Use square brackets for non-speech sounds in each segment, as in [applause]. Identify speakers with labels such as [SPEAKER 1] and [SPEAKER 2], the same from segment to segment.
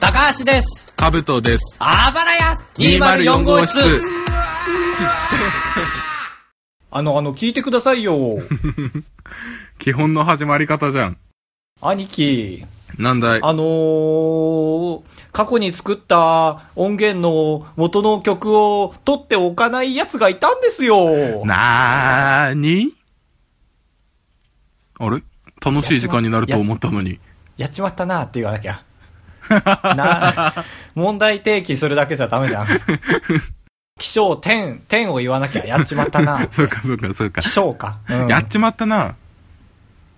[SPEAKER 1] 高橋です。
[SPEAKER 2] カブトです。
[SPEAKER 1] あばらや
[SPEAKER 2] 204号室。
[SPEAKER 1] あの、あの、聞いてください [laughs] よ。
[SPEAKER 2] 基本の始まり方じゃん。
[SPEAKER 1] 兄貴。
[SPEAKER 2] なんだい
[SPEAKER 1] あのー、過去に作った音源の元の曲を取っておかない奴がいたんですよ。
[SPEAKER 2] なーにあれ楽しい時間になると思ったのに。。
[SPEAKER 1] やっちまったなって言わな [laughs] きゃ。な、問題提起するだけじゃダ [laughs] メじゃん。気象点、点を言わなきゃやっちまったな
[SPEAKER 2] そうかそうかそうか
[SPEAKER 1] 気。象か。うん
[SPEAKER 2] やっちまったな。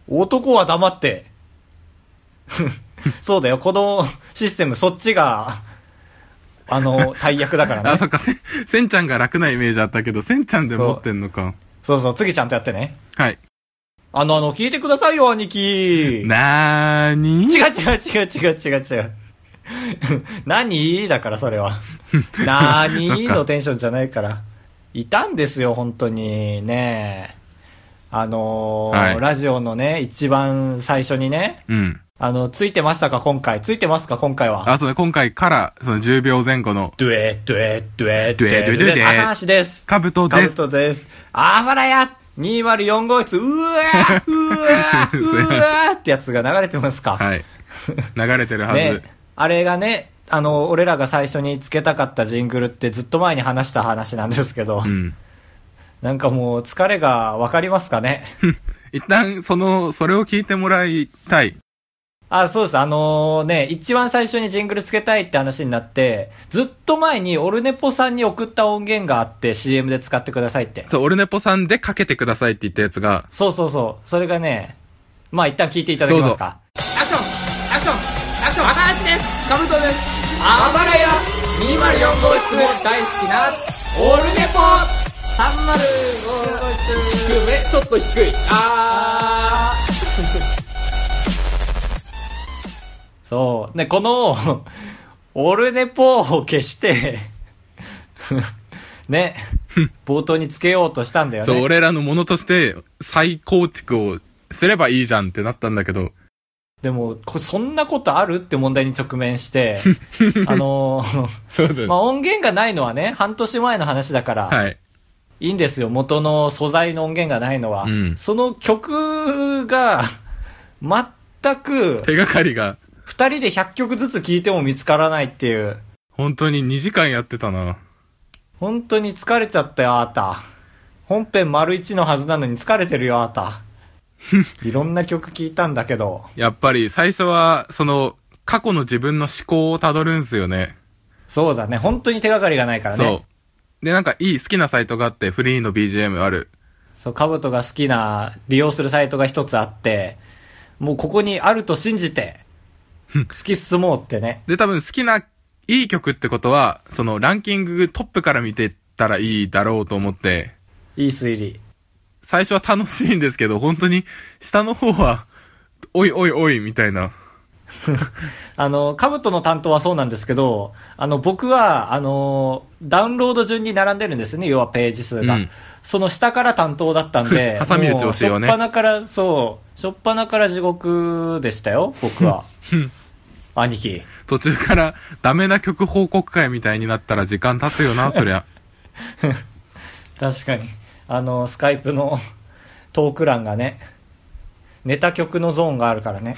[SPEAKER 1] 男は黙って。 [laughs] そうだよ、このシステム、そっちが、あの、大役だから
[SPEAKER 2] あ、
[SPEAKER 1] ね。
[SPEAKER 2] そっか、せ、せんちゃんが楽なイメージあったけど、せんちゃんで持ってんのか。
[SPEAKER 1] そうそう、次ちゃんとやってね。
[SPEAKER 2] はい。
[SPEAKER 1] あの、あの、聞いてくださいよ、兄貴。
[SPEAKER 2] なーに
[SPEAKER 1] 違う違う違う違う違う違う。何だから、それ
[SPEAKER 2] [laughs]
[SPEAKER 1] は。何のテンションじゃないから。いたんですよ、本当に。ねあのー
[SPEAKER 2] はい
[SPEAKER 1] ラジオのね、一番最初にね、
[SPEAKER 2] うん。
[SPEAKER 1] あの、ついてましたか、今回。ついてますか、今回は。
[SPEAKER 2] あ、そうだ、今回から、その10秒前後の、
[SPEAKER 1] ドゥエドゥエドゥエドゥエ
[SPEAKER 2] ドゥエドゥエドゥエ
[SPEAKER 1] で高橋です。
[SPEAKER 2] カブト
[SPEAKER 1] カ
[SPEAKER 2] で
[SPEAKER 1] ブ
[SPEAKER 2] す。
[SPEAKER 1] トです。あばらや !204 号室、うわーうわーうわーってやつが流れてますか。
[SPEAKER 2] はい。流れてるは
[SPEAKER 1] [laughs]
[SPEAKER 2] ず。
[SPEAKER 1] ね、あれがね、あの、俺らが最初につけたかったジングルってずっと前に話した話なんですけど
[SPEAKER 2] う、ん。
[SPEAKER 1] なんかもう疲れがわかりますかね。
[SPEAKER 2] 一旦、その、それを聞いてもらいたい。
[SPEAKER 1] あ、そうです。あのね、一番最初にジングルつけたいって話になって、ずっと前にオルネポさんに送った音源があって CM で使ってくださいって。
[SPEAKER 2] そう、オルネポさんでかけてくださいって言ったやつが、
[SPEAKER 1] そうそうそう。それがね、まあ一旦聞いていただけますか。
[SPEAKER 3] アクションアクションアクション高橋ですカブトですあばらや204号室も大好きなオールネポ305号室低めちょっと低いあ
[SPEAKER 1] [laughs] そう。ね、この、オルネポを消して、 [laughs]
[SPEAKER 3] [laughs]
[SPEAKER 1] ね、冒頭につけようとしたんだよ
[SPEAKER 2] そう、
[SPEAKER 1] ね。
[SPEAKER 2] 俺らのものとして再構築をすればいいじゃんってなったんだけど、
[SPEAKER 1] でも、こそんなことあるって問題に直面
[SPEAKER 2] [laughs]
[SPEAKER 1] して、あのー
[SPEAKER 2] そうだ
[SPEAKER 1] まあ、音源がないのはね、半年前の話だから、
[SPEAKER 2] はい。
[SPEAKER 1] い、いんですよ、元の素材の音源がないのは。
[SPEAKER 2] うん
[SPEAKER 1] その曲が、全く、
[SPEAKER 2] 手がかりが、
[SPEAKER 1] 二人で100曲ずつ聴いても見つからないっていう、
[SPEAKER 2] 本当に2時間やってたな。
[SPEAKER 1] 本当に疲れちゃったよ、あーた。本編丸一のはずなのに疲れてるよ、あー
[SPEAKER 2] [laughs]
[SPEAKER 1] た。いろんな曲聴いたんだけど。
[SPEAKER 2] やっぱり最初は、その、過去の自分の思考をたどるんすよね。
[SPEAKER 1] そうだね、本当に手がかりがないからね。
[SPEAKER 2] そう。で、なんかいい好きなサイトがあって、フリーの BGM ある。
[SPEAKER 1] そう、カブトが好きな、利用するサイトが一つあって、もうここにあると信じて、突き進もうってね。
[SPEAKER 2] で、多分好きな、いい曲ってことは、そのランキングトップから見てったらいいだろうと思って、
[SPEAKER 1] いい推理。
[SPEAKER 2] 最初は楽しいんですけど、本当に、下の方は、おいおいおい、みたいな。
[SPEAKER 1] あの、カブトの担当はそうなんですけど、あの、僕は、あの、ダウンロード順に並んでるんですね、要はページ数が。
[SPEAKER 2] うん、
[SPEAKER 1] その下から担当だったんで
[SPEAKER 2] 挟み撃ちをしようね
[SPEAKER 1] も初っ端から、そう、初っ端から地獄でしたよ、僕は。兄貴。
[SPEAKER 2] 途中からダメな曲報告会みたいになったら時間経つよ
[SPEAKER 1] [laughs]
[SPEAKER 2] な、そりゃ。
[SPEAKER 1] 確かにあのスカイプの [laughs] トーク欄がねネタ曲のゾーンがあるからね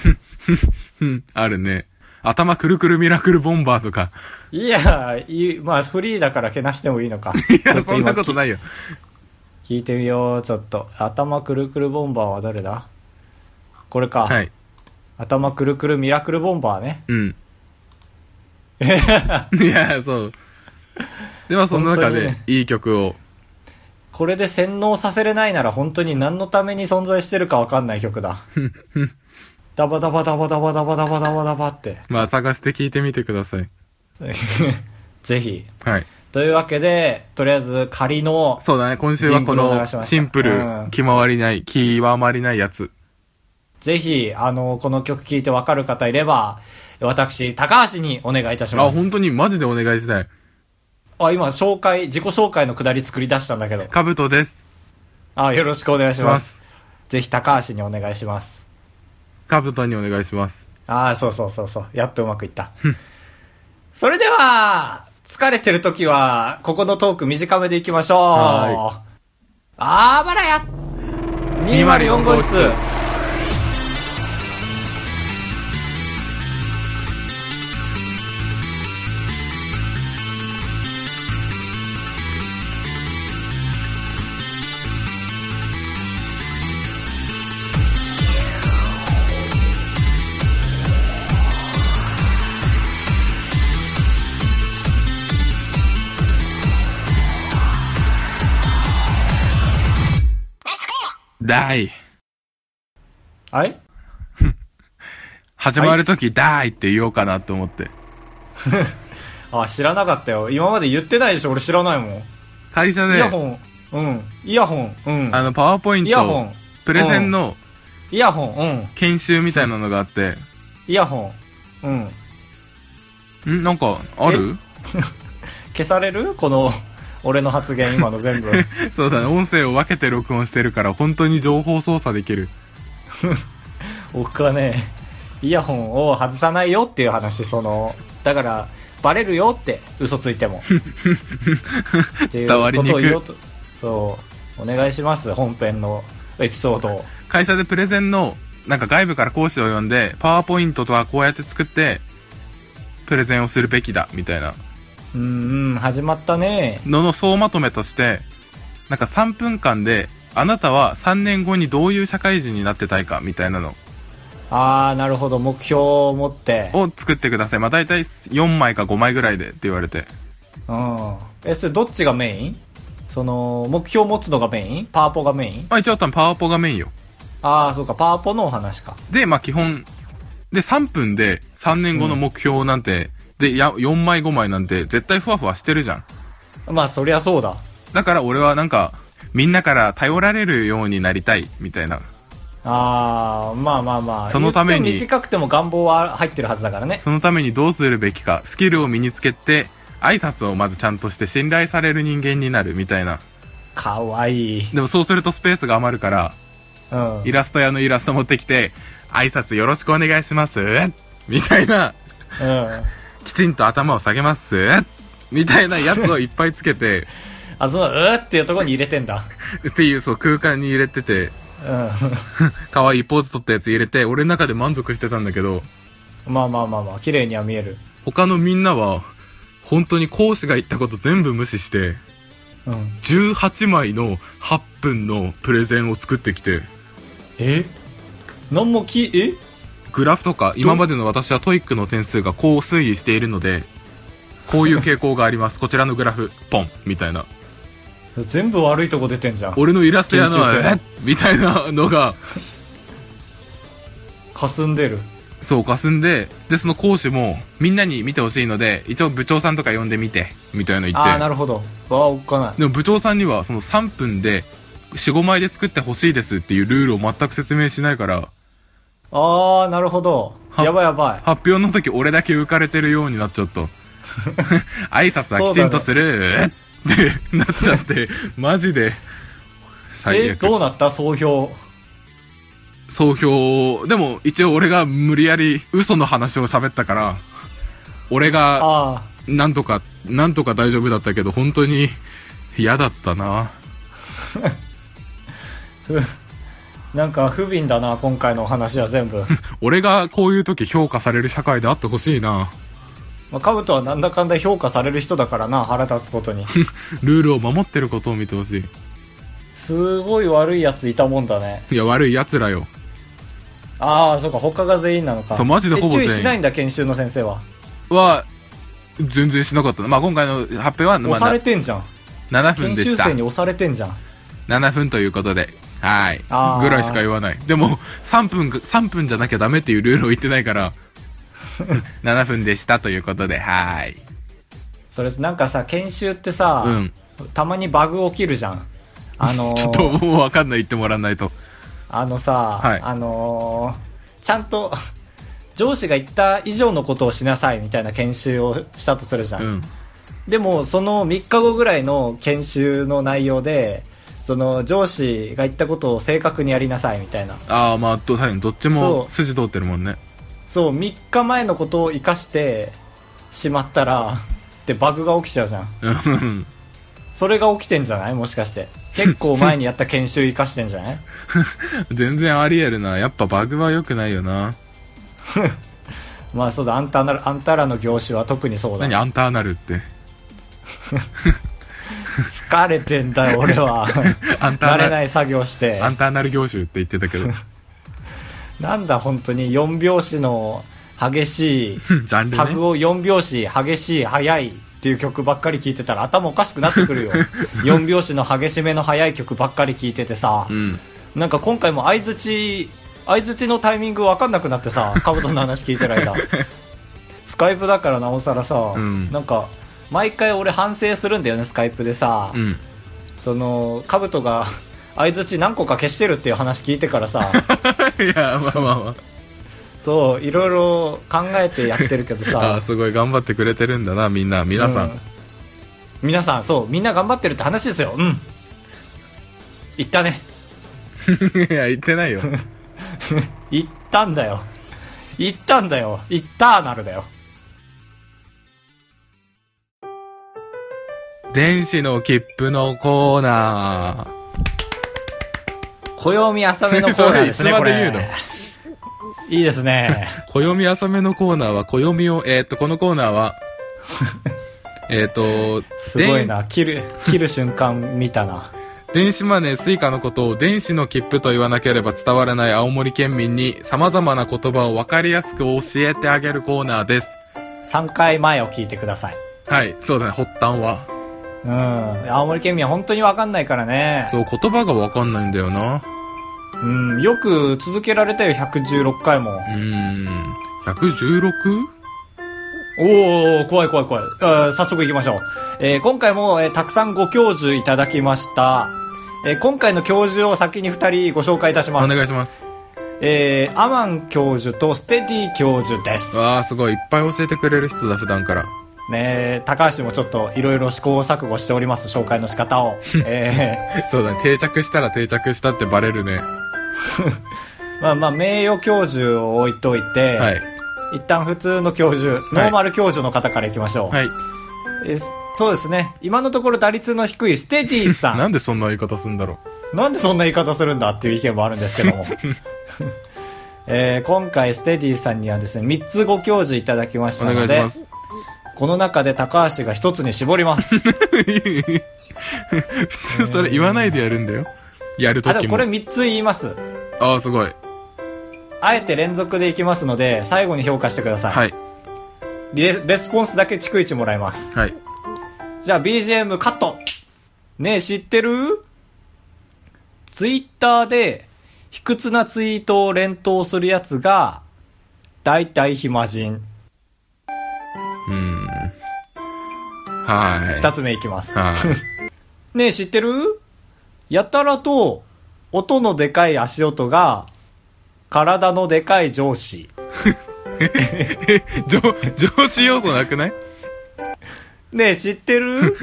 [SPEAKER 2] うん、あるね。頭くるくるミラクルボンバーとか。
[SPEAKER 1] いやいいまあフリーだからけなしても [laughs] いいのか
[SPEAKER 2] いや、そんなこと
[SPEAKER 1] い
[SPEAKER 2] ないよ。
[SPEAKER 1] 聞いてみようちょっと頭くるくるボンバーは誰だこれか、
[SPEAKER 2] はい。
[SPEAKER 1] 頭くるくるミラクルボンバーね [laughs]
[SPEAKER 2] うん。いや、そう。では、その中
[SPEAKER 1] 本当
[SPEAKER 2] で
[SPEAKER 1] にね、
[SPEAKER 2] いい曲を。
[SPEAKER 1] これで洗脳させれないなら本当に何のために存在してるかわかんない曲だダバダバダバダバダバダバダバダバって [laughs]
[SPEAKER 2] まあ、探して聞いてみてください。
[SPEAKER 1] ぜひ
[SPEAKER 2] はい。
[SPEAKER 1] というわけでとりあえず仮の
[SPEAKER 2] そうだね、今週はこ
[SPEAKER 1] ジングルを流
[SPEAKER 2] の
[SPEAKER 1] しました
[SPEAKER 2] シンプ
[SPEAKER 1] う
[SPEAKER 2] ル
[SPEAKER 1] ん、
[SPEAKER 2] 気回りない、気はあまりないやつ。
[SPEAKER 1] ぜひ、あの、この曲聴いてわかる方いれば、私、高橋にお願いいたし
[SPEAKER 2] あ、
[SPEAKER 1] ます。
[SPEAKER 2] 本当にマジでお願いしたい。
[SPEAKER 1] あ、今、紹介、自己紹介のくだり作り出したんだけど。
[SPEAKER 2] カブトです。
[SPEAKER 1] あ、よろしくお願いし
[SPEAKER 2] し
[SPEAKER 1] ま。
[SPEAKER 2] ますす。
[SPEAKER 1] ぜひ、高橋にお願いします。
[SPEAKER 2] カブトにお願いします。
[SPEAKER 1] ああ、そうそうそうそう。やっとうまくいった。それでは、疲れてる時は、ここのトーク短めでいきましょう。
[SPEAKER 2] は
[SPEAKER 1] あばらや204号室。
[SPEAKER 2] 大。
[SPEAKER 1] はい
[SPEAKER 2] 始まるとき、大って言おうかなと思って。
[SPEAKER 1] あ、知らなかったよ。今まで言ってないでしょ俺知らないもん。
[SPEAKER 2] 会社
[SPEAKER 1] イ
[SPEAKER 2] で
[SPEAKER 1] ヤ、ホン、うん。イヤホン、うん。
[SPEAKER 2] あの、パワーポイン
[SPEAKER 1] イヤホ
[SPEAKER 2] ト
[SPEAKER 1] ン、
[SPEAKER 2] プレゼンの
[SPEAKER 1] イヤホン、うん。
[SPEAKER 2] 研修みたいなのがあって、
[SPEAKER 1] イヤホン、うん。
[SPEAKER 2] んなんか、ある
[SPEAKER 1] 消されるこの、俺の発言、今の全
[SPEAKER 2] [laughs]
[SPEAKER 1] 部。
[SPEAKER 2] そうだね、音声を分けて録音してるから、本当に情報操作できる。
[SPEAKER 1] 僕はね、イヤホンを外さないよっていう話、その、だから、バレるよって、嘘ついても。
[SPEAKER 2] [laughs]
[SPEAKER 1] っていう
[SPEAKER 2] 伝わりにくい
[SPEAKER 1] ことを言おうとそう、お願いします、本編のエピソードを。
[SPEAKER 2] 会社でプレゼンの、なんか外部から講師を呼んで、パワーポイントとはこうやって作って、プレゼンをするべきだ、みたいな
[SPEAKER 1] うんうん、始まったね。
[SPEAKER 2] のの総まとめとして、なんか3分間で、あなたは3年後にどういう社会人になってたいか、みたいなの
[SPEAKER 1] あー、なるほど、目標を持って。
[SPEAKER 2] を作ってください。まあ、大体4枚か5枚ぐらいでって言われて。
[SPEAKER 1] うん。え、それどっちがメインその、目標を持つのがメインパワポがメイン
[SPEAKER 2] まあ、一応多分パワポがメインよ。
[SPEAKER 1] ああ、そうか、パワポのお話か。
[SPEAKER 2] で、まあ、基本、で、3分で3年後の目標なんて、で、や、4枚5枚なんて絶対ふわふわしてるじゃん。
[SPEAKER 1] まあ、そりゃそうだ。
[SPEAKER 2] だから俺はなんか、みんなから頼られるようになりたい、みたいな。
[SPEAKER 1] ああ、まあまあまあ。
[SPEAKER 2] そのため
[SPEAKER 1] 言
[SPEAKER 2] に
[SPEAKER 1] っても短くても願望は入ってるはずだからね。
[SPEAKER 2] そのためにどうするべきか、スキルを身につけて、挨拶をまずちゃんとして信頼される人間になるみたいな。
[SPEAKER 1] かわいい。
[SPEAKER 2] でもそうするとスペースが余るから、
[SPEAKER 1] うん。
[SPEAKER 2] イラスト屋のイラスト持ってきて、挨拶よろしくお願いします。みたいな。
[SPEAKER 1] うん。
[SPEAKER 2] きちんと頭を下げますみたいなやつをいっぱいつけて
[SPEAKER 1] あ、その、うーっていうところに入れてんだ。
[SPEAKER 2] っていうそう空間に入れてて
[SPEAKER 1] う
[SPEAKER 2] 可愛いポーズ取ったやつ入れて俺の中で満足してたんだけど
[SPEAKER 1] ん。まあまあまあまあ、綺麗には見える。
[SPEAKER 2] 他のみんなは本当に講師が言ったこと全部無視して
[SPEAKER 1] うん。
[SPEAKER 2] 18枚の8分のプレゼンを作ってきて
[SPEAKER 1] え何もき、え
[SPEAKER 2] グラフとか今までの私はトイックの点数がこう推移しているのでこういう傾向がありますこちらのグラフポンみたいな
[SPEAKER 1] 全部悪いとこ出てんじゃん。
[SPEAKER 2] 俺のイラストやの
[SPEAKER 1] 研修生
[SPEAKER 2] はみたいなのが
[SPEAKER 1] 霞んでる。
[SPEAKER 2] そう、霞んで、で、その講師も、みんなに見てほしいので、一応部長さんとか呼んでみて、みたいな言
[SPEAKER 1] ああ、
[SPEAKER 2] っ
[SPEAKER 1] な
[SPEAKER 2] て。
[SPEAKER 1] るほど。わあ、おっかない。
[SPEAKER 2] でも部長さんには、その3分で、4、5枚で作ってほしいですっていうルールを全く説明しないから、
[SPEAKER 1] ああ、なるほど。
[SPEAKER 2] は
[SPEAKER 1] やばいやばい。
[SPEAKER 2] 発表の時俺だけ浮かれてるようになっちゃった。挨拶はきちんとする、ってなっちゃって、マジで、最
[SPEAKER 1] え、
[SPEAKER 2] 悪。
[SPEAKER 1] どうなった総評。
[SPEAKER 2] 総評、でも一応俺が無理やり嘘の話を喋ったから、俺が、
[SPEAKER 1] あ
[SPEAKER 2] なんとか、なんとか大丈夫だったけど、本当に嫌だったな。
[SPEAKER 1] あ、なんか不憫だな、今回のお話は全部。
[SPEAKER 2] 俺がこういう時評価される社会であってほしいな。
[SPEAKER 1] まあ、カブトはなんだかんだ評価される人だからな、腹立つこと
[SPEAKER 2] [laughs]
[SPEAKER 1] に。
[SPEAKER 2] ルールを守ってることを見てほしい。
[SPEAKER 1] すごい悪いやついたもんだね。
[SPEAKER 2] いや、悪い奴らよ。
[SPEAKER 1] ああ、そうか、他が全員なのか。
[SPEAKER 2] そうマジでほぼ全員
[SPEAKER 1] え注意しないんだ、研修の先生は。
[SPEAKER 2] は、全然しなかったな。まあ、今回の発表は、ま
[SPEAKER 1] 押
[SPEAKER 2] あ、
[SPEAKER 1] されてんじゃん。
[SPEAKER 2] な7分
[SPEAKER 1] 研
[SPEAKER 2] でし
[SPEAKER 1] 修
[SPEAKER 2] た
[SPEAKER 1] 生。に押されてんじゃん。
[SPEAKER 2] 7分ということで。はい
[SPEAKER 1] あ。ー
[SPEAKER 2] ぐらいしか言わない。でも、3分が、3分じゃなきゃダメっていうルールを言ってない
[SPEAKER 1] [laughs]
[SPEAKER 2] から、7分でしたということで、はい。
[SPEAKER 1] それ、なんかさ、研修ってさ、
[SPEAKER 2] うん。
[SPEAKER 1] たまにバグ起きるじゃん。あのー
[SPEAKER 2] [laughs] ちょっともうわかんない言ってもらわないと。
[SPEAKER 1] あのさ、
[SPEAKER 2] はい
[SPEAKER 1] あのーちゃんと、上司が言った以上のことをしなさいみたいな研修をしたとするじゃ
[SPEAKER 2] うん。
[SPEAKER 1] でも、その3日後ぐらいの研修の内容で、その上司が言ったことを正確にやりなさいみたいな。
[SPEAKER 2] ああまあど確かにどっち
[SPEAKER 1] そ
[SPEAKER 2] も
[SPEAKER 1] う
[SPEAKER 2] 筋通ってるもんね
[SPEAKER 1] そう、3日前のことを活かして、しまったら、で、バグが起きちゃうじゃん。
[SPEAKER 2] うん
[SPEAKER 1] それが起きてんじゃないもしかして。結構前にやった研修生かしてんじゃない [laughs]
[SPEAKER 2] 全然ありえるな。やっぱバグは良くないよな。
[SPEAKER 1] まあそうだ、あんたなら、あんたらの業種は特にそうだ
[SPEAKER 2] 何。あんたなるって。
[SPEAKER 1] 疲れてんだ
[SPEAKER 2] [laughs]
[SPEAKER 1] よ、俺は。
[SPEAKER 2] あんた
[SPEAKER 1] 慣れ
[SPEAKER 2] な
[SPEAKER 1] ない作業して
[SPEAKER 2] あ。んたなる業種って言ってたけ
[SPEAKER 1] [laughs]
[SPEAKER 2] ど。
[SPEAKER 1] なんだ、本当に4拍子の激しい、
[SPEAKER 2] ジャンル
[SPEAKER 1] タ
[SPEAKER 2] ね。
[SPEAKER 1] グを4拍子、激しい、速いっていう曲ばっかり聴いてたら頭おかしくなって
[SPEAKER 2] [laughs]
[SPEAKER 1] くるよ。4拍子の激しめの速い曲ばっかり聴いててさ
[SPEAKER 2] う、ん。
[SPEAKER 1] なんか今回も相槌、相槌のタイミングわかんなくなってさ、カブトの話聞いてる間。スカイプだからなおさらさ、
[SPEAKER 2] うん
[SPEAKER 1] なんか、毎回俺反省するんだよね、スカイプでさ、
[SPEAKER 2] うん。
[SPEAKER 1] その、カブトが [laughs] 相槌何個か消してるっていう話聞いてからさ、
[SPEAKER 2] [laughs] いや、まあまあま
[SPEAKER 1] そう、いろいろ考えてやってるけど
[SPEAKER 2] あ。あ
[SPEAKER 1] さ
[SPEAKER 2] あ、、すごい頑張ってくれてるんだな、みんな。皆さん。
[SPEAKER 1] うん皆さんそうみんな頑張ってるって話ですようん言ったね
[SPEAKER 2] [laughs] いや、言ってないよ。
[SPEAKER 1] 言ったんだよ言ったんだよ言ったーなるだ
[SPEAKER 2] [laughs]
[SPEAKER 1] よ
[SPEAKER 2] 電子の切符のコーナー。
[SPEAKER 1] 暦浅めのコーナーですね
[SPEAKER 2] そ
[SPEAKER 1] こ
[SPEAKER 2] れ
[SPEAKER 1] れ
[SPEAKER 2] いつまで言う
[SPEAKER 1] いいです
[SPEAKER 2] [laughs]
[SPEAKER 1] ね
[SPEAKER 2] 暦浅めのコーナーは、暦を、えーっと、このコーナー
[SPEAKER 1] [laughs]
[SPEAKER 2] は、えーっと、
[SPEAKER 1] すごいな切る切る瞬間見たな
[SPEAKER 2] 電子マネースイカのことを電子の切符と言わなければ伝わらない青森県民に様々な言葉を分かりやすく教えてあげるコーナーです。
[SPEAKER 1] 3回前を聞いてください
[SPEAKER 2] はい、そうだね、発端は。
[SPEAKER 1] うん青森県民は本当に分かんないからね
[SPEAKER 2] そう、言葉が分かんないんだよな。
[SPEAKER 1] うんよく続けられたよ116回も
[SPEAKER 2] うーん、116?
[SPEAKER 1] おー、怖い怖い怖い。あー早速行きましょう。えー今回も、えーたくさんご教授いただきました。えー今回の教授を先に二人ご紹介いたし
[SPEAKER 2] お
[SPEAKER 1] ます。
[SPEAKER 2] 願いし
[SPEAKER 1] ま
[SPEAKER 2] ます。
[SPEAKER 1] す。えーアマン教授とステディ教授です。
[SPEAKER 2] わあすごい、いっぱい教えてくれる人だ、普段から。
[SPEAKER 1] ねえ高橋もちょっといろいろ試行錯誤しております、紹介の仕方
[SPEAKER 2] [laughs]
[SPEAKER 1] を。え
[SPEAKER 2] そうだね、定着したら定着したってバレるね。
[SPEAKER 1] ーまあまあ、名誉教授を置いといて、
[SPEAKER 2] はい。
[SPEAKER 1] 一旦普通の教授、ノーマル教授の方から行きましょう。
[SPEAKER 2] はい。
[SPEAKER 1] えーそうですね。今のところ打率の低いステディ
[SPEAKER 2] [laughs]
[SPEAKER 1] さん。
[SPEAKER 2] なんでそんな言い方すんだろ
[SPEAKER 1] なんでそんな言い方するんだっていう意見もあるんですけど
[SPEAKER 2] [laughs]
[SPEAKER 1] も。えー今回、ステディさんにはですね、3つご教授いただきまし
[SPEAKER 2] う。お
[SPEAKER 1] た
[SPEAKER 2] 願
[SPEAKER 1] の
[SPEAKER 2] いし
[SPEAKER 1] で
[SPEAKER 2] ま、す。 [laughs]
[SPEAKER 1] この中で高橋が1つに絞ります。
[SPEAKER 2] 普通それ言わないでやるんだよ。やると
[SPEAKER 1] あ、で
[SPEAKER 2] き
[SPEAKER 1] も
[SPEAKER 2] も
[SPEAKER 1] こ。れ3つ言います。
[SPEAKER 2] ああ、すごい。
[SPEAKER 1] あえて連続でいきますので、最後に評価してください。
[SPEAKER 2] はい。
[SPEAKER 1] レレスポンスだけ逐一もらいます。
[SPEAKER 2] はい。
[SPEAKER 1] じゃあ BGM カットねえ、知ってるツイッターで、卑屈なツイートを連投するやつが、だいたい暇人。
[SPEAKER 2] うーん。はい。
[SPEAKER 1] 二つ目いきます。
[SPEAKER 2] はい。 [laughs]
[SPEAKER 1] ねえ、知ってるやたらと、音のでかい足音が、体のでかい上司。
[SPEAKER 2] 上、上司要素なくない
[SPEAKER 1] ねえ、知ってる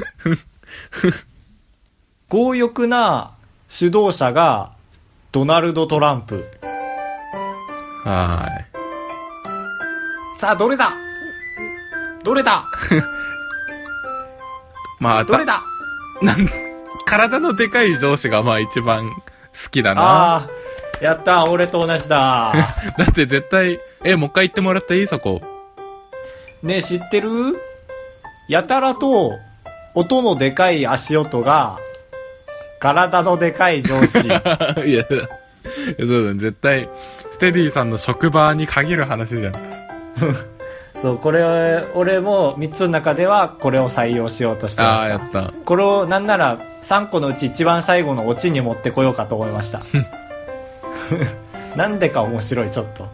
[SPEAKER 1] 強欲な主導者が、ドナルド・トランプ。
[SPEAKER 2] は
[SPEAKER 1] さあ、どれだどれだ
[SPEAKER 2] い。まあ、
[SPEAKER 1] どれだ
[SPEAKER 2] たなん体のでかい上司がまあ一番好きだな。
[SPEAKER 1] ああ、やった、俺と同じだ。
[SPEAKER 2] [laughs] だって絶対、え、もう一回言ってもらっていいそこ。
[SPEAKER 1] ねえ、知ってるやたらと、音のでかい足音が、体のでかい上司。
[SPEAKER 2] [laughs] いや、そうだね。絶対、ステディさんの職場に限る話じゃん。
[SPEAKER 1] そう、これ、俺も3つの中ではこれを採用しようとしてま
[SPEAKER 2] ああ、
[SPEAKER 1] し
[SPEAKER 2] や
[SPEAKER 1] た。
[SPEAKER 2] った。
[SPEAKER 1] これをなんなら3個のうち一番最後のオチに持ってこようかと思いました。 [laughs] なんでか面白い、ちょっと。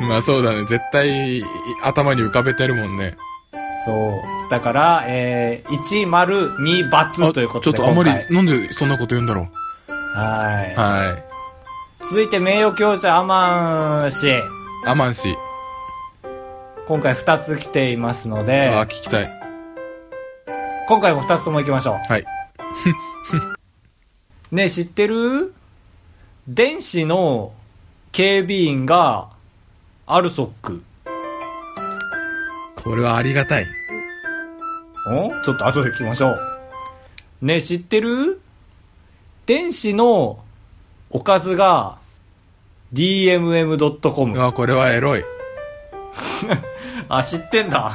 [SPEAKER 2] まあそうだね。絶対、い頭に浮かべてるもんね。
[SPEAKER 1] そう。だから、えー、102罰
[SPEAKER 2] あ
[SPEAKER 1] ということで
[SPEAKER 2] ちょっとあんま
[SPEAKER 1] 今
[SPEAKER 2] り
[SPEAKER 1] 回。、
[SPEAKER 2] なんでそんなこと言うんだろ
[SPEAKER 1] はい。
[SPEAKER 2] う。はい。
[SPEAKER 1] 続いて名誉教授アマン氏。
[SPEAKER 2] アマン氏。
[SPEAKER 1] 今回2つ来ていますの
[SPEAKER 2] ああ、
[SPEAKER 1] で、
[SPEAKER 2] 聞きたい。
[SPEAKER 1] 今回も2つとも行きましょ
[SPEAKER 2] はい。
[SPEAKER 1] う。ねえ、知ってる電子の警備員が、アルソック。
[SPEAKER 2] これはありがたい。
[SPEAKER 1] んちょっと後で聞きましょう。ねえ、知ってる天使のおかずが dmm.com。
[SPEAKER 2] あ、これはエロい。
[SPEAKER 1] あ、知ってんだ。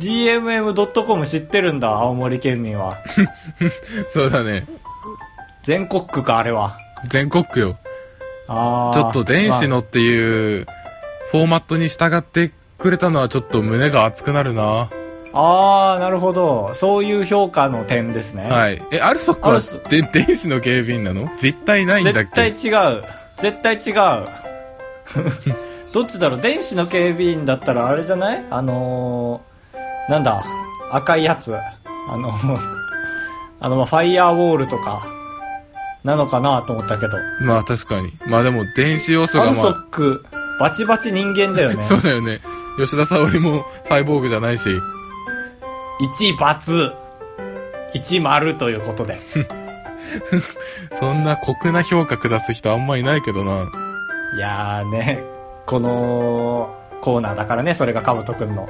[SPEAKER 1] dmm.com 知ってるんだ、青森県民は。
[SPEAKER 2] そうだね。
[SPEAKER 1] 全国区か、あれは。
[SPEAKER 2] 全国区よ。
[SPEAKER 1] あー
[SPEAKER 2] ちょっと電子
[SPEAKER 1] ま
[SPEAKER 2] のっていうフォーマットに従ってくれたのはちょっと胸が熱くなるな。
[SPEAKER 1] あ、あーなるほど。そういう評価の点ですね。
[SPEAKER 2] はい。え、アルソック
[SPEAKER 1] ア
[SPEAKER 2] は
[SPEAKER 1] ルソ
[SPEAKER 2] で電子の警備員なの実態ないんだっ
[SPEAKER 1] 絶対
[SPEAKER 2] け
[SPEAKER 1] 違う。絶対違
[SPEAKER 2] [laughs]
[SPEAKER 1] う。どっちだろう電子の警備員だったらあれじゃないあのー、なんだ赤いやつ。あの [laughs] あの、まあ、ファイヤーウォールとか、なのかなと思ったけど。
[SPEAKER 2] まあ確かに。まあでも電子要素
[SPEAKER 1] ア
[SPEAKER 2] が
[SPEAKER 1] ル
[SPEAKER 2] ま
[SPEAKER 1] ソック、バチバチ人間だよね
[SPEAKER 2] あ、。 [laughs] そうだよね。吉田沙織もサイボーグじゃないし。
[SPEAKER 1] 1罰、1丸ということで。
[SPEAKER 2] そんな酷な評価下す人あんまいないけどな。
[SPEAKER 1] いやーね、このコーナーだからね、それがかぶとくん
[SPEAKER 2] [laughs]
[SPEAKER 1] の。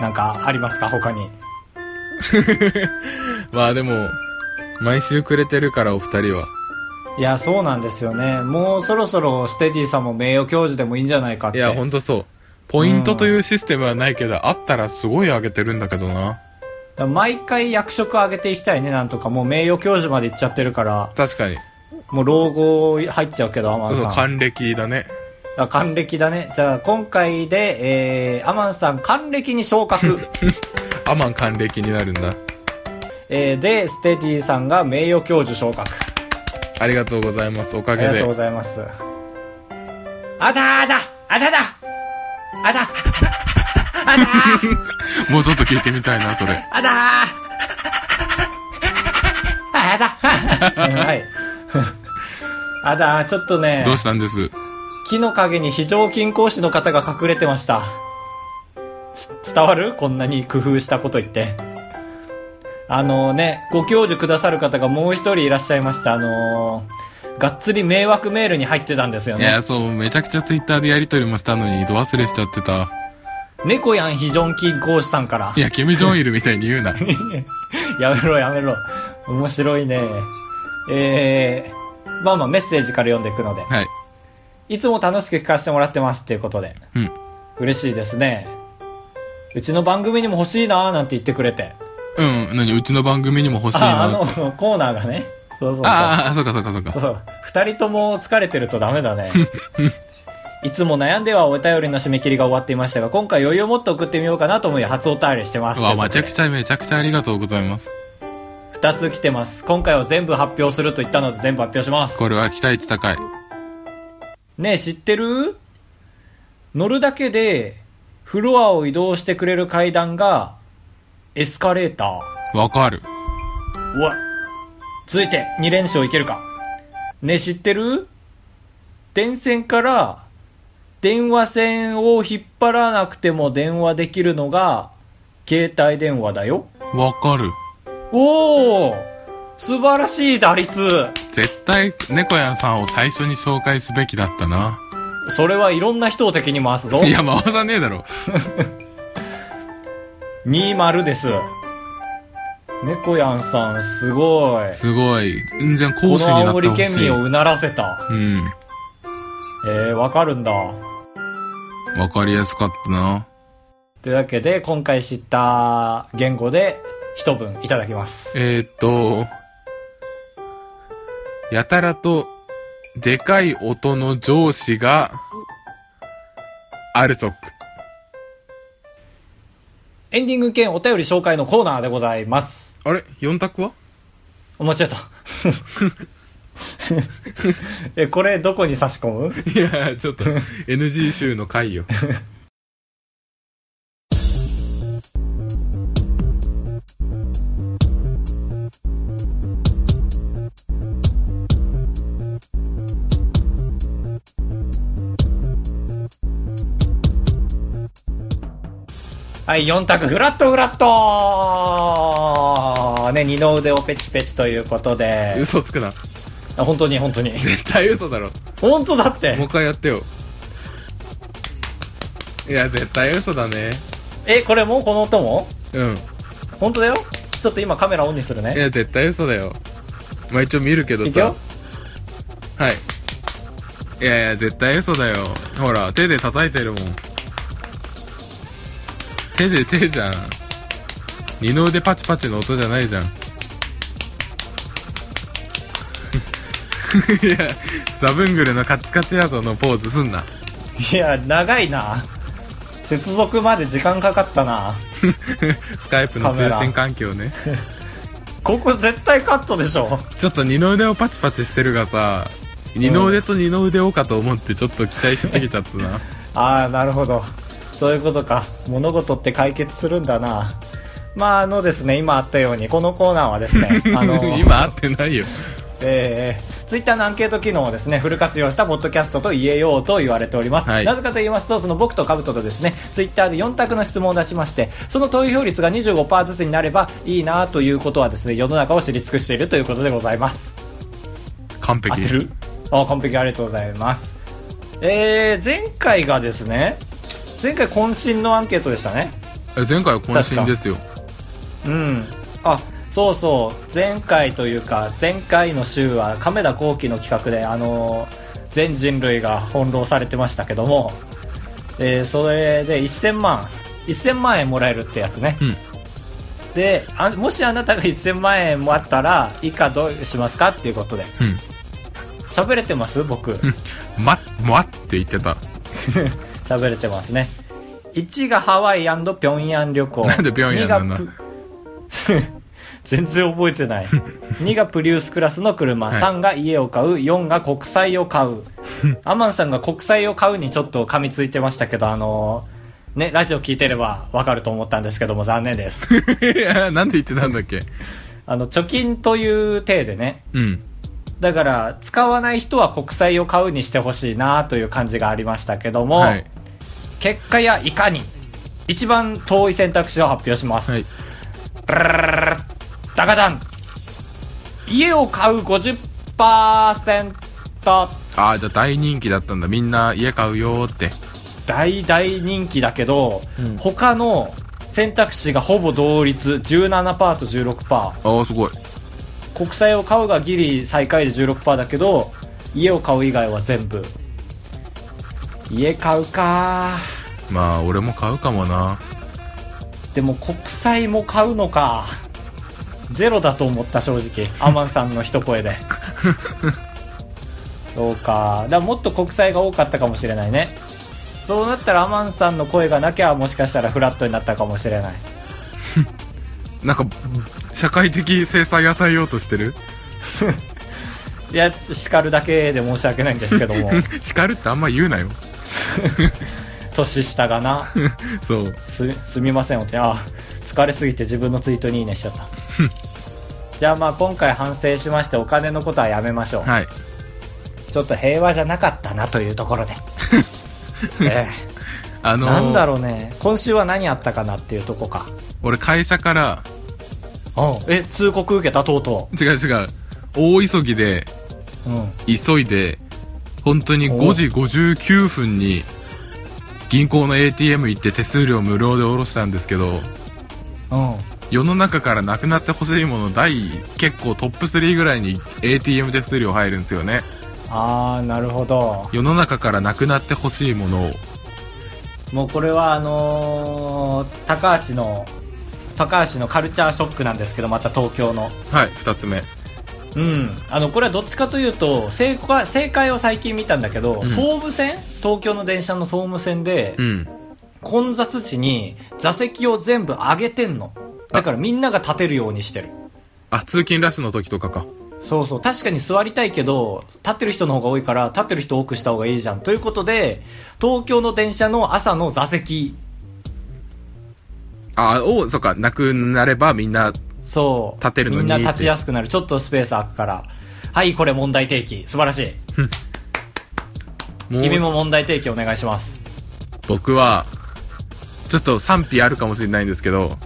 [SPEAKER 1] なんかありますか他に。
[SPEAKER 2] まあでも、毎週くれてるからお二人は。
[SPEAKER 1] いや、そうなんですよね。もうそろそろステディさんも名誉教授でもいいんじゃないかっ
[SPEAKER 2] い
[SPEAKER 1] て。
[SPEAKER 2] や、ほんとそう。ポイントというシステムはないけど、あったらすごい上げてるんだけどな。
[SPEAKER 1] 毎回役職上げていきたいね、なんとか。もう名誉教授まで行っちゃってるから、
[SPEAKER 2] 確かに。
[SPEAKER 1] もう老後入っちゃうけど、アマン
[SPEAKER 2] そう、
[SPEAKER 1] さん。
[SPEAKER 2] 還暦だね。
[SPEAKER 1] あ還暦だね。じゃあ今回で、えー、アマンさん還暦に昇
[SPEAKER 2] [laughs]
[SPEAKER 1] 格。
[SPEAKER 2] アマン還暦になるんだ。
[SPEAKER 1] えー、で、ステディさんが名誉教授昇格。
[SPEAKER 2] ありがとうございます。おか
[SPEAKER 1] あり
[SPEAKER 2] げ
[SPEAKER 1] がとうご
[SPEAKER 2] で。
[SPEAKER 1] ざいます。あだあだあだだあだあだ
[SPEAKER 2] もうちょっと聞いてみたいな、
[SPEAKER 1] [laughs]
[SPEAKER 2] それ。
[SPEAKER 1] あだあだはい。あだちょっとね
[SPEAKER 2] ど、うしたんです
[SPEAKER 1] 木の陰に非常勤講師の方が隠れてました。つ伝わるこんなに工夫したこと言って。あのね、ご教授くださる方がもう一人いらっしゃいました。あのーがっつり迷惑メールに入ってたんですよ
[SPEAKER 2] い
[SPEAKER 1] ね
[SPEAKER 2] や、。そう、めちゃくちゃツイッターでやりとりもしたのに、ど忘れしちゃってた。
[SPEAKER 1] 猫やん非常勤講師さんから
[SPEAKER 2] い。や、キム・ジョンイルみたいに言うな。
[SPEAKER 1] [laughs] やめろやめろ。面白いね。えー、まあまあメッセージから読んでいくので。
[SPEAKER 2] はい。
[SPEAKER 1] いつも楽しく聞かせてもらってますっていうことで。
[SPEAKER 2] うん。
[SPEAKER 1] 嬉しいですね。うちの番組にも欲しいなーなんて言ってくれて。
[SPEAKER 2] うん、何うちの番組にも欲しい
[SPEAKER 1] あ、
[SPEAKER 2] な。
[SPEAKER 1] あの、コーナーがね。そうそうそう。
[SPEAKER 2] ああ、そうかそうかそうか。
[SPEAKER 1] そう。二人とも疲れてるとダメだ
[SPEAKER 2] [laughs]
[SPEAKER 1] ね。いつも悩んではお便りの締め切りが終わっていましたが、今回余裕を持って送ってみようかなと思い初お便りしてます。
[SPEAKER 2] うわ、
[SPEAKER 1] という
[SPEAKER 2] め
[SPEAKER 1] こ
[SPEAKER 2] ち
[SPEAKER 1] と
[SPEAKER 2] ゃ
[SPEAKER 1] で
[SPEAKER 2] くちゃめちゃくちゃありがとうございます。
[SPEAKER 1] 二つ来てます。今回は全部発表すると言ったので全部発表します。
[SPEAKER 2] これは期待値高い。
[SPEAKER 1] ねえ、知ってる乗るだけで、フロアを移動してくれる階段が、エスカレーター。
[SPEAKER 2] わかる。
[SPEAKER 1] うわ。続いて、2連勝いけるか。ねえ、知ってる電線から、電話線を引っ張らなくても電話できるのが、携帯電話だよ。
[SPEAKER 2] わかる。
[SPEAKER 1] おお素晴らしい打率
[SPEAKER 2] 絶対、猫やんさんを最初に紹介すべきだったな。
[SPEAKER 1] それはいろんな人を敵に回すぞ
[SPEAKER 2] い。や、回さねえだろ。
[SPEAKER 1] 20です。猫やんさん、すごい。
[SPEAKER 2] すごい。全然
[SPEAKER 1] こ
[SPEAKER 2] 講師に
[SPEAKER 1] の
[SPEAKER 2] な
[SPEAKER 1] 青
[SPEAKER 2] っ
[SPEAKER 1] 森
[SPEAKER 2] てほし
[SPEAKER 1] 県
[SPEAKER 2] い。
[SPEAKER 1] 民をうならせた。
[SPEAKER 2] うん。
[SPEAKER 1] えー、わかるんだ。
[SPEAKER 2] わかりやすかったな。
[SPEAKER 1] というわけで、今回知った言語で一文いただきます。
[SPEAKER 2] えー、っと、やたらと、でかい音の上司が、アルソック。
[SPEAKER 1] エンディング兼お便り紹介のコーナーでございます。
[SPEAKER 2] あれ ?4 択は
[SPEAKER 1] お間違えた。 [laughs] え、これどこに差し込む
[SPEAKER 2] [laughs] いや、ちょっ [laughs] と、NG 集の回 [laughs] よ。
[SPEAKER 1] はい、4択、フラットフラットね、二の腕をペチペチということで。
[SPEAKER 2] 嘘つくな。
[SPEAKER 1] あ本当に本当に。
[SPEAKER 2] 絶対嘘だろ。
[SPEAKER 1] 本当だって。
[SPEAKER 2] もう一回やってよ。いや、絶対嘘だね。
[SPEAKER 1] え、これもうこの音も
[SPEAKER 2] うん。
[SPEAKER 1] 本当だよちょっと今カメラオンにする
[SPEAKER 2] い
[SPEAKER 1] ね。
[SPEAKER 2] や、絶対嘘だよ。まあ一応見るけど
[SPEAKER 1] いく
[SPEAKER 2] さ
[SPEAKER 1] よ。
[SPEAKER 2] はい。いやいや、絶対嘘だよ。ほら、手で叩いてるもん。手で手じゃん。二の腕パチパチの音じゃないじゃん。い [laughs] や、ザブングルのカチカチやぞのポーズすんな。 [laughs]
[SPEAKER 1] いや、長いな。接続まで時間かかったな。
[SPEAKER 2] スカイプの通信環境ね。
[SPEAKER 1] ここ絶対カットでしょ。
[SPEAKER 2] ちょっと二の腕をパチパチしてるがさ、二の腕と二の腕をかと思ってちょっと期待しすぎちゃったな。
[SPEAKER 1] ああ、なるほど。そういうことか。物事って解決するんだな。まあ、あのですね、今あったように、このコーナーはですね、あの、
[SPEAKER 2] [laughs] 今合ってないよ。
[SPEAKER 1] えー、ツイッターのアンケート機能をですね、フル活用したポッドキャストと言えようと言われております。
[SPEAKER 2] はい
[SPEAKER 1] なぜかと言いますと、その僕とカブトとですね、ツイッターで4択の質問を出しまして、その投票率が25%ずつになればいいなということはですね、世の中を知り尽くしているということでございます。
[SPEAKER 2] 完
[SPEAKER 1] 合っ
[SPEAKER 2] 璧。
[SPEAKER 1] てるあ、完璧ありがとうございます。えー、前回がですね、前回渾身のアンケートでしたね。
[SPEAKER 2] え前回は渾身ですよ。
[SPEAKER 1] うん。あ、そうそう。前回というか、前回の週は亀田光輝の企画で、あのー全人類が翻弄されてましたけども、えーそれで1000万、1000万円もらえるってやつね。
[SPEAKER 2] うん
[SPEAKER 1] であ、もしあなたが1000万円もあったら、以下どうしますかっていうことで。
[SPEAKER 2] うん。
[SPEAKER 1] 喋れてます僕。
[SPEAKER 2] ま、まって言ってた。 [laughs]
[SPEAKER 1] 喋れてますね。1がハワイピョンヤン旅行。
[SPEAKER 2] なんでピョンヤンなんだ
[SPEAKER 1] 二がプ [laughs] 全然覚えて
[SPEAKER 2] [laughs]
[SPEAKER 1] ない。2がプリウスクラスの車。
[SPEAKER 2] い
[SPEAKER 1] 3が家を買う。4が国債を買
[SPEAKER 2] [laughs]
[SPEAKER 1] う。アマンさんが国債を買うにちょっと噛みついてましたけど、あのーね、ラジオ聞いてればわかると思ったんですけども、残念
[SPEAKER 2] [laughs]
[SPEAKER 1] です。
[SPEAKER 2] いや、なんで言ってたんだっけ
[SPEAKER 1] あの、貯金という体でね。
[SPEAKER 2] うん。
[SPEAKER 1] だから、使わない人は国債を買うにしてほしいなという感じがありましたけども、
[SPEAKER 2] はい。
[SPEAKER 1] 結果やいかに一番遠い選択肢を発表します、
[SPEAKER 2] はい。
[SPEAKER 1] ダカダン家を買う50%
[SPEAKER 2] ああ、じゃあ大人気だったんだ。みんな家買うよーって。
[SPEAKER 1] 大大人気だけど、他の選択肢がほぼ同率17%と16%
[SPEAKER 2] ああ、すごい。
[SPEAKER 1] 国債を買うがギリ最下位で16%だけど家を買う以外は全部家買うか
[SPEAKER 2] まあ、俺も買うかもな。
[SPEAKER 1] でも国債も買うのかゼロだと思った正直アマンさんの一声でそうかだからもっと国債が多かったかもしれないねそうなったらアマンさんの声がなきゃもしかしたらフラットになったかもしれない
[SPEAKER 2] なんか、社会的制裁与えようとしてる [laughs]
[SPEAKER 1] いや叱るだけで申し訳ないんですけども
[SPEAKER 2] 叱るってあんま言うなよ。
[SPEAKER 1] 年下がな
[SPEAKER 2] そう。
[SPEAKER 1] すすみませんお手あ疲れすぎて自分のツイートにいいねしちゃったじゃあまあ今回反省しましてお金のことはやめましょう
[SPEAKER 2] はい。
[SPEAKER 1] ちょっと平和じゃなかったなというとこ [laughs] ろで。え
[SPEAKER 2] あ
[SPEAKER 1] え
[SPEAKER 2] のー
[SPEAKER 1] なんだろうね。今週は何あったかなっていうとこか。
[SPEAKER 2] 俺会社から、
[SPEAKER 1] うん。え、通告受けたとうと
[SPEAKER 2] 違う違う、大急ぎで、
[SPEAKER 1] う。うん。
[SPEAKER 2] 急いで、本当に5時59分に、銀行の ATM 行って手数料無料で下ろしたんですけど、
[SPEAKER 1] うん。
[SPEAKER 2] 世の中からなくなってほしいもの第、結構トップ3ぐらいに ATM 手数料入るんですよね。
[SPEAKER 1] あー、なるほど。
[SPEAKER 2] 世の中からなくなってほしいものを、
[SPEAKER 1] もうこれはあのー、高橋の、高橋のカルチャーショックなんですけど、また東京の。
[SPEAKER 2] はい、2つ目。
[SPEAKER 1] うん。あの、これはどっちかというと、正解、正解を最近見たんだけど、
[SPEAKER 2] ん
[SPEAKER 1] 総武線東京の電車の総武線で、
[SPEAKER 2] うん。
[SPEAKER 1] 混雑時に座席を全部上げてんの。だからみんなが立てるようにしてる。
[SPEAKER 2] あ、通勤ラッシュの時とかか。
[SPEAKER 1] そうそう、確かに座りたいけど、立ってる人の方が多いから、立ってる人多くした方がいいじゃん。ということで、東京の電車の朝の座席、
[SPEAKER 2] あ、お、そっか、なくなればみんな、
[SPEAKER 1] そう。
[SPEAKER 2] 立てるのに
[SPEAKER 1] みんな立ちやすくなる。ちょっとスペース空くから。はい、これ問題提起。素晴らしい。
[SPEAKER 2] も
[SPEAKER 1] 君
[SPEAKER 2] う、
[SPEAKER 1] も問題提起お願いします。
[SPEAKER 2] 僕は、ちょっと賛否あるかもしれないんですけど、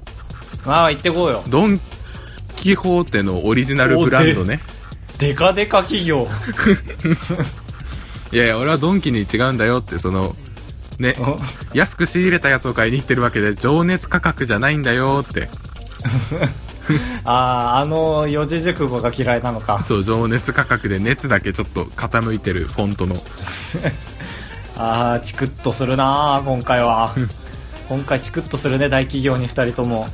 [SPEAKER 1] まあ、行ってこうよ。
[SPEAKER 2] ドン・キホーテのオリジナルブランドね。
[SPEAKER 1] デカデカ企業。
[SPEAKER 2] いやいや、俺はドンキに違うんだよって、その、ね
[SPEAKER 1] お
[SPEAKER 2] 安く仕入れたやつを買いに行ってるわけで情熱価格じゃないんだよって
[SPEAKER 1] ああ、あの四字熟語が嫌いなのか。
[SPEAKER 2] そう情熱価格で熱だけちょっと傾いてるフォントの
[SPEAKER 1] ああ、チクッとするなー今回は。 [laughs] 今回チクッとするね、大企業に二人とも。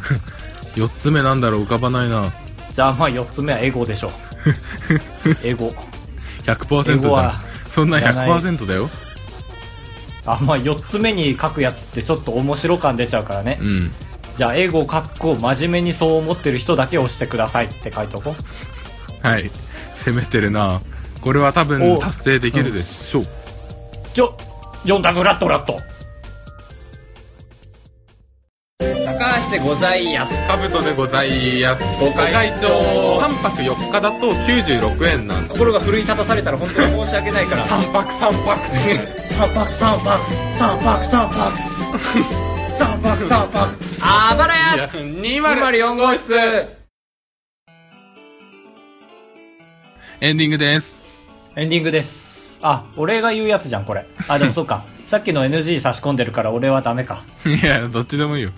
[SPEAKER 2] 4つ目なんだろう浮かばないな
[SPEAKER 1] じゃあまあ四つ目はエゴでしょ。エゴ。
[SPEAKER 2] 100%
[SPEAKER 1] 英語は
[SPEAKER 2] さそんない
[SPEAKER 1] らない
[SPEAKER 2] 100%だよ
[SPEAKER 1] あ、まあ四つ目に書くやつってちょっと面白感出ちゃうからね。
[SPEAKER 2] うん
[SPEAKER 1] じゃあエゴかっこ真面目にそう思ってる人だけ押してくださいって書いておこう。
[SPEAKER 2] はい攻めてるなこれは多分
[SPEAKER 1] お
[SPEAKER 2] 達成できるでしょう
[SPEAKER 1] ちょ、読んだぐラットラット。高橋でございやす。
[SPEAKER 2] カブトでございますご
[SPEAKER 1] 会長
[SPEAKER 2] 3泊4日だと96円なんだ
[SPEAKER 1] 心が奮い立たされたら本当に申し訳ないから。
[SPEAKER 2] 3泊3泊って
[SPEAKER 1] 三泊三泊三泊三泊三泊三泊
[SPEAKER 3] あばらや
[SPEAKER 2] 204号室エンディングです [laughs]
[SPEAKER 1] エンディングですあ俺が言うやつじゃんこれあでもそう [laughs] かさっきの NG 差し込んでるから俺はダメか
[SPEAKER 2] いやどっちでもいいよ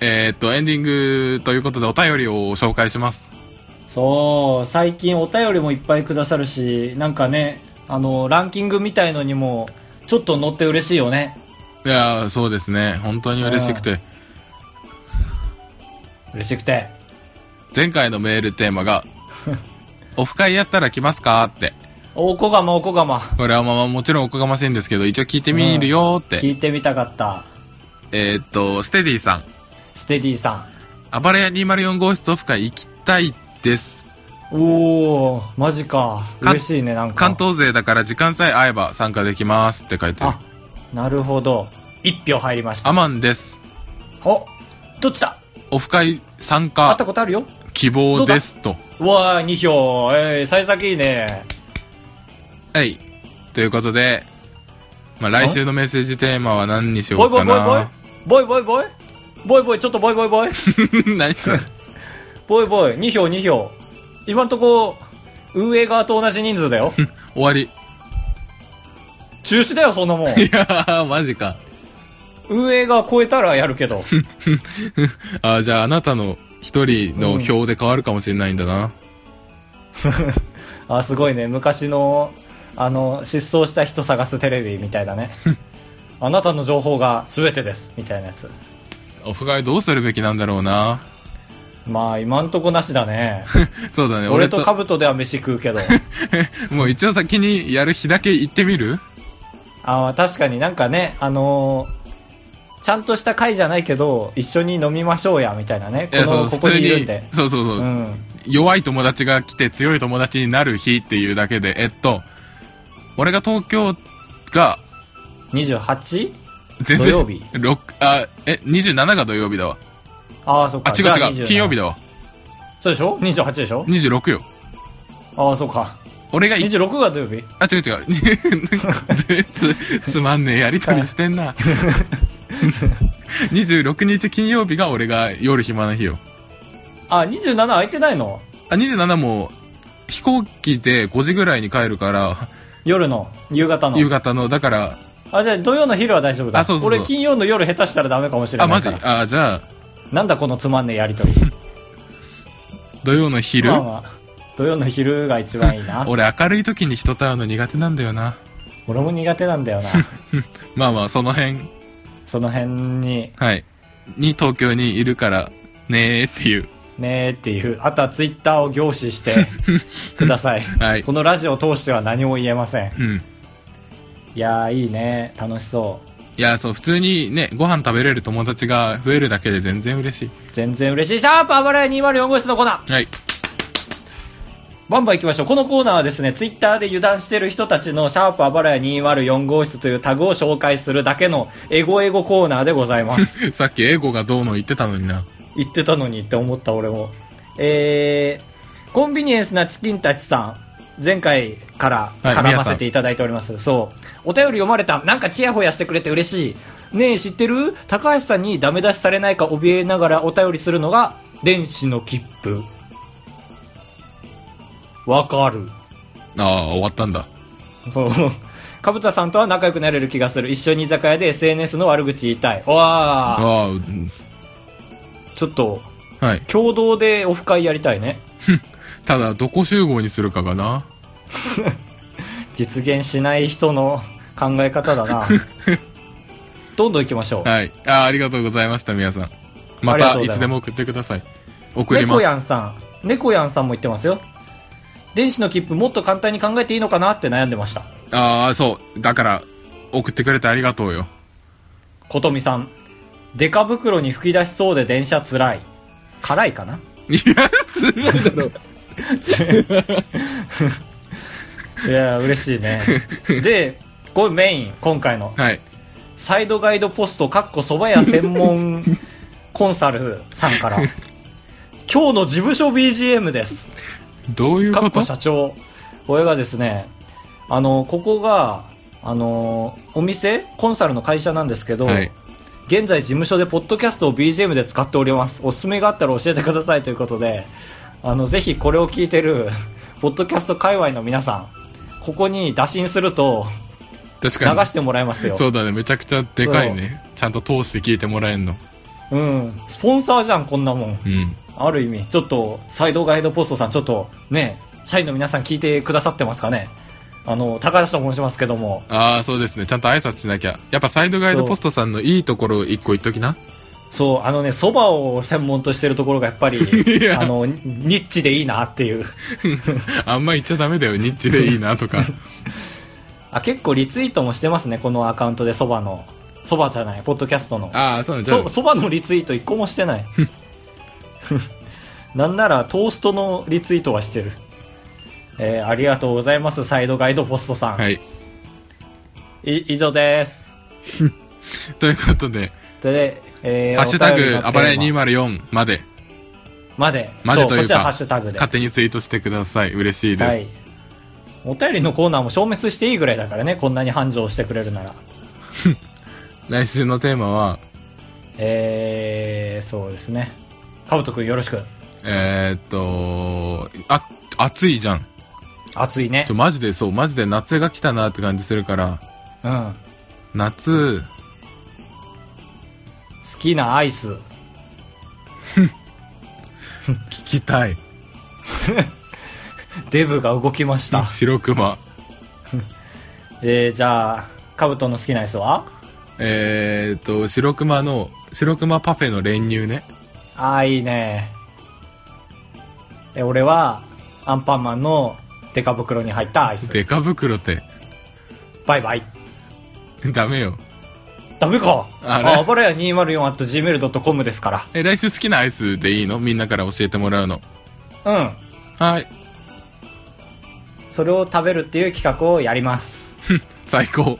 [SPEAKER 2] えー、っとエンディングということでお便りを紹介します
[SPEAKER 1] そう最近お便りもいっぱいくださるしなんかねあのランキングみたいのにもちょっと乗って嬉しいよね
[SPEAKER 2] いやーそうですね本当に嬉しくて
[SPEAKER 1] 嬉しくて
[SPEAKER 2] 前回のメールテー
[SPEAKER 3] [laughs]
[SPEAKER 2] マが「オフ会やったら来ますか?」って
[SPEAKER 1] おこがまおこがま
[SPEAKER 2] これはまあもちろんおこがましいんですけど一応聞いてみるよーって、
[SPEAKER 1] 聞いてみたかった
[SPEAKER 2] えー、っとステディさん
[SPEAKER 1] ステディさ
[SPEAKER 2] 「暴れ屋204号室オフ会行きたいです
[SPEAKER 1] んおおマジか
[SPEAKER 2] か
[SPEAKER 1] 嬉しいねなんか
[SPEAKER 2] 関東勢だから時間さえ合えば参加できます」って書いてる
[SPEAKER 1] あなるほど一票入りました
[SPEAKER 2] アマンです
[SPEAKER 1] おどっちだ
[SPEAKER 2] オフ会参
[SPEAKER 1] 会った
[SPEAKER 2] 加
[SPEAKER 1] ことあるよ
[SPEAKER 2] 希望ですと
[SPEAKER 1] うわー2票えー、幸先いいね
[SPEAKER 2] はいということで、まあ、来週のメッセージテーマは何にしよ
[SPEAKER 1] ボイ
[SPEAKER 2] う
[SPEAKER 1] ボイ
[SPEAKER 2] か
[SPEAKER 1] ボイボイ
[SPEAKER 2] な
[SPEAKER 1] ボイボイボイボイボイちょっとボイボイ
[SPEAKER 2] [laughs]
[SPEAKER 1] ボイ
[SPEAKER 2] 何それ
[SPEAKER 1] ボイボイ2票2票今んとこ運営側と同じ人数だ
[SPEAKER 2] [laughs]
[SPEAKER 1] よ
[SPEAKER 2] 終わり
[SPEAKER 1] 中止だよそんな
[SPEAKER 2] [laughs]
[SPEAKER 1] もん
[SPEAKER 2] いやーマジか
[SPEAKER 1] 運営側超えたらやるけど
[SPEAKER 2] あーじゃああなたの一人の票で変わるかもしれないんだな、
[SPEAKER 1] あすごいね昔のあの失踪した人探すテレビみたいだ
[SPEAKER 2] [laughs]
[SPEAKER 1] ねあなたの情報が全てですみたいなやつ
[SPEAKER 2] オフ会どうするべきなんだろうな
[SPEAKER 1] まあ今んとこなしだね
[SPEAKER 2] そうだね
[SPEAKER 1] 俺
[SPEAKER 2] [laughs] 俺
[SPEAKER 1] と
[SPEAKER 2] と
[SPEAKER 1] 兜では飯食うけど
[SPEAKER 2] [laughs] もう一応先にやる日だけ行ってみる
[SPEAKER 1] ああ、確かになんかね、あのーちゃんとした会じゃないけど、一緒に飲みましょうや、みたいなね。
[SPEAKER 2] い
[SPEAKER 1] こ
[SPEAKER 2] や
[SPEAKER 1] の、ここにいるんで。
[SPEAKER 2] そうそうそう、
[SPEAKER 1] うん。
[SPEAKER 2] 弱い友達が来て強い友達になる日っていうだけでえっと俺が東京が
[SPEAKER 1] 28?
[SPEAKER 2] 全然
[SPEAKER 1] 土曜日
[SPEAKER 2] 六あえ27が土曜日だわ
[SPEAKER 1] ああ、そっ
[SPEAKER 2] あ
[SPEAKER 1] か。
[SPEAKER 2] 違う
[SPEAKER 1] じゃあ
[SPEAKER 2] 違う金曜日。だわ
[SPEAKER 1] 27そうでしょ ?28 でしょ
[SPEAKER 2] 26よ
[SPEAKER 1] ああ、そうか。
[SPEAKER 2] 俺がい
[SPEAKER 1] 26が土曜日
[SPEAKER 2] あ違う違う [laughs] つすまんねえやりとりして
[SPEAKER 1] [laughs]
[SPEAKER 2] んな26日金曜日が俺が夜暇な日よ
[SPEAKER 1] ああ、27空いてないの
[SPEAKER 2] あ27も飛行機で5時ぐらいに帰るから
[SPEAKER 1] 夜の、夕方の。
[SPEAKER 2] 夕方のだから
[SPEAKER 1] あ、じゃあ土曜の昼は大丈夫だ。
[SPEAKER 2] あそうそうそう
[SPEAKER 1] 俺金曜の夜下手したらダメかもしれ
[SPEAKER 2] あ
[SPEAKER 1] な
[SPEAKER 2] マ
[SPEAKER 1] い
[SPEAKER 2] ジ
[SPEAKER 1] から。
[SPEAKER 2] あじゃあ
[SPEAKER 1] なんだこのつまんねえやりとり。
[SPEAKER 2] 土曜の昼、
[SPEAKER 1] まあまあ、土曜の昼が一番いい
[SPEAKER 2] [laughs]
[SPEAKER 1] な。
[SPEAKER 2] 俺明るい時に人と会うの苦手なんだよな
[SPEAKER 1] 俺も苦手なんだよ
[SPEAKER 2] [laughs]
[SPEAKER 1] な。
[SPEAKER 2] まあまあその辺
[SPEAKER 1] その辺に
[SPEAKER 2] はいに東京にいるからねーっていう
[SPEAKER 1] ねーっていう。あとはツイッターを凝視して
[SPEAKER 2] [laughs]
[SPEAKER 1] ください。
[SPEAKER 2] はい
[SPEAKER 1] このラジオを通しては何も言えません。
[SPEAKER 2] うん
[SPEAKER 1] いやー、いいね。楽しそう。
[SPEAKER 2] いやそう普通にねご飯食べれる友達が増えるだけで全然嬉し
[SPEAKER 1] 全然嬉しい。シャープあばらや204号室のコーナー。
[SPEAKER 2] いはい [laughs]
[SPEAKER 1] バンバン行きましょう。このコーナーはですね、ツイッターで油断してる人たちのシャープあばらや204号室というタグを紹介するだけのエゴエゴコーナーでございます。
[SPEAKER 2] さっき英語がどうの言ってたのにな。
[SPEAKER 1] 言ってたのにって思った俺も。えー、コンビニエンスなチキンたちさん。前回から
[SPEAKER 2] はい
[SPEAKER 1] 絡ませていただいております。そう。お便り読まれた。なんかチヤホヤしてくれて嬉しい。ねえ、知ってる高橋さんにダメ出しされないか怯えながらお便りするのが、電子の切符。わかる。
[SPEAKER 2] ああ、終わったんだ。
[SPEAKER 1] そう。 [laughs] かぶたさんとは仲良くなれる気がする。一緒に居酒屋で SNS の悪口言いたい。わあ、
[SPEAKER 2] ああ、うん
[SPEAKER 1] ちょっと、
[SPEAKER 2] はい。
[SPEAKER 1] 共同でオフ会やりたいね。
[SPEAKER 2] ただ、どこ集合にするかがな。
[SPEAKER 1] 実現しない人の考え方だ
[SPEAKER 2] [laughs]
[SPEAKER 1] な。どんどん行きましょう。
[SPEAKER 2] はい。あーありがとうございました、皆さん。ま
[SPEAKER 1] ありが
[SPEAKER 2] た
[SPEAKER 1] とうございます
[SPEAKER 2] いつでも送ってください。送りま
[SPEAKER 1] 猫
[SPEAKER 2] す。
[SPEAKER 1] やんさん、猫やんさんも言ってますよ。電子の切符もっと簡単に考えていいのかなって悩んでました。
[SPEAKER 2] ああ、そう。だから、送ってくれてありがとうよ。
[SPEAKER 1] ことみさん、デカ袋に吹き出しそうで電車つらい。辛いかない
[SPEAKER 2] や、すごい
[SPEAKER 1] [laughs]
[SPEAKER 2] だろ。
[SPEAKER 1] いやー、嬉しいね。
[SPEAKER 2] [laughs]
[SPEAKER 1] で、これメイン、今回の。
[SPEAKER 2] はい。
[SPEAKER 1] サイドガイドポスト、かっこ蕎麦屋専門コンサルさん
[SPEAKER 2] [laughs]
[SPEAKER 1] から。今日の事務所 BGM です。
[SPEAKER 2] どういう
[SPEAKER 1] か
[SPEAKER 2] こ
[SPEAKER 1] っ
[SPEAKER 2] と
[SPEAKER 1] こ社長。俺がですね、あの、ここが、あの、お店、コンサルの会社なんですけど、
[SPEAKER 2] はい。
[SPEAKER 1] 現在事務所でポッドキャストを BGM で使っております。おすすめがあったら教えてくださいということで、あの、ぜひこれを聞いてる、 [laughs] ポッドキャスト界隈の皆さん、ここに打診すると
[SPEAKER 2] 確
[SPEAKER 1] 流
[SPEAKER 2] かに。
[SPEAKER 1] してもらえますよ。
[SPEAKER 2] そうだね、めちゃくちゃでかいね。ちゃんと通して聞いてもらえんの。
[SPEAKER 1] うん。スポンサーじゃん、こんなもん。
[SPEAKER 2] うん。
[SPEAKER 1] ある意味、ちょっと、サイドガイドポストさん、ちょっと、ね、社員の皆さん聞いてくださってますかね。あの、高橋と申しますけども、
[SPEAKER 2] ああ、そうですね。ちゃんと挨拶しなきゃ。やっぱサイドガイドポストさんのいいところを一個言っときな。 [laughs]
[SPEAKER 1] そう、あのね、蕎麦を専門としてるところがやっぱ
[SPEAKER 2] [laughs]
[SPEAKER 1] り、
[SPEAKER 2] や
[SPEAKER 1] あの、ニッチでいいなっていう。
[SPEAKER 2] あんま言っちゃダメだよ。ニッチでいいなとか。
[SPEAKER 1] あ、結構リツイートもしてますね、このアカウントでそばの。そばじゃない、ポッドキャストの。
[SPEAKER 2] [laughs] ああ、そうね。じゃ
[SPEAKER 1] そ、そばのリツイート一個もしてない。 [laughs] なんならトーストのリツイートはしてる。えーありがとうございます、サイドガイドポストさん。
[SPEAKER 2] あ、はい。
[SPEAKER 1] い以上です。
[SPEAKER 2] ということで、
[SPEAKER 1] で、えー、
[SPEAKER 2] ハッシュタ
[SPEAKER 1] お便りの
[SPEAKER 2] グ、
[SPEAKER 1] テーマ
[SPEAKER 2] あばらい204まで、
[SPEAKER 1] まで。
[SPEAKER 2] までと
[SPEAKER 1] そう、こ
[SPEAKER 2] い
[SPEAKER 1] っ
[SPEAKER 2] う
[SPEAKER 1] ちは
[SPEAKER 2] か、
[SPEAKER 1] ハッシュタグで。
[SPEAKER 2] 勝手にツイートしてください。嬉しいです。
[SPEAKER 1] はい。お便りのコーナーも消滅していいぐらいだからね、こんなに繁盛してくれるなら。
[SPEAKER 2] 来週のテーマは、
[SPEAKER 1] えー、そうですね。かぶとくんよろしく。
[SPEAKER 2] えー、っと、あ、暑いじゃん。
[SPEAKER 1] 暑いね
[SPEAKER 2] ちょ。マジでそう、マジで夏が来たなって感じするから、
[SPEAKER 1] うん。
[SPEAKER 2] 夏、
[SPEAKER 1] 好きなアイス。
[SPEAKER 2] 聞きたい。
[SPEAKER 1] デブが動きました。
[SPEAKER 2] 白熊。
[SPEAKER 1] えー、じゃあ、カブトの好きなアイスは
[SPEAKER 2] えー、っと、白熊の、白熊パフェの練乳ね。
[SPEAKER 1] ああ、いいね。え、俺は、アンパンマンのデカ袋に入ったアイス。
[SPEAKER 2] デカ袋って、
[SPEAKER 1] バイバイ。
[SPEAKER 2] ダメよ。
[SPEAKER 1] ダメか
[SPEAKER 2] あれ
[SPEAKER 1] あ、あばらや 204.gmail.com ですか
[SPEAKER 2] え、来週好きなアイスでいいのみんなから教えてもらうの。
[SPEAKER 1] ら。うん。
[SPEAKER 2] はい。
[SPEAKER 1] それを食べるっていう企画をやります。
[SPEAKER 2] 最高。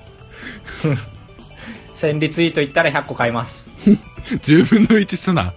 [SPEAKER 1] 1000リツイートいったら100個買います。
[SPEAKER 2] 10分の1すな。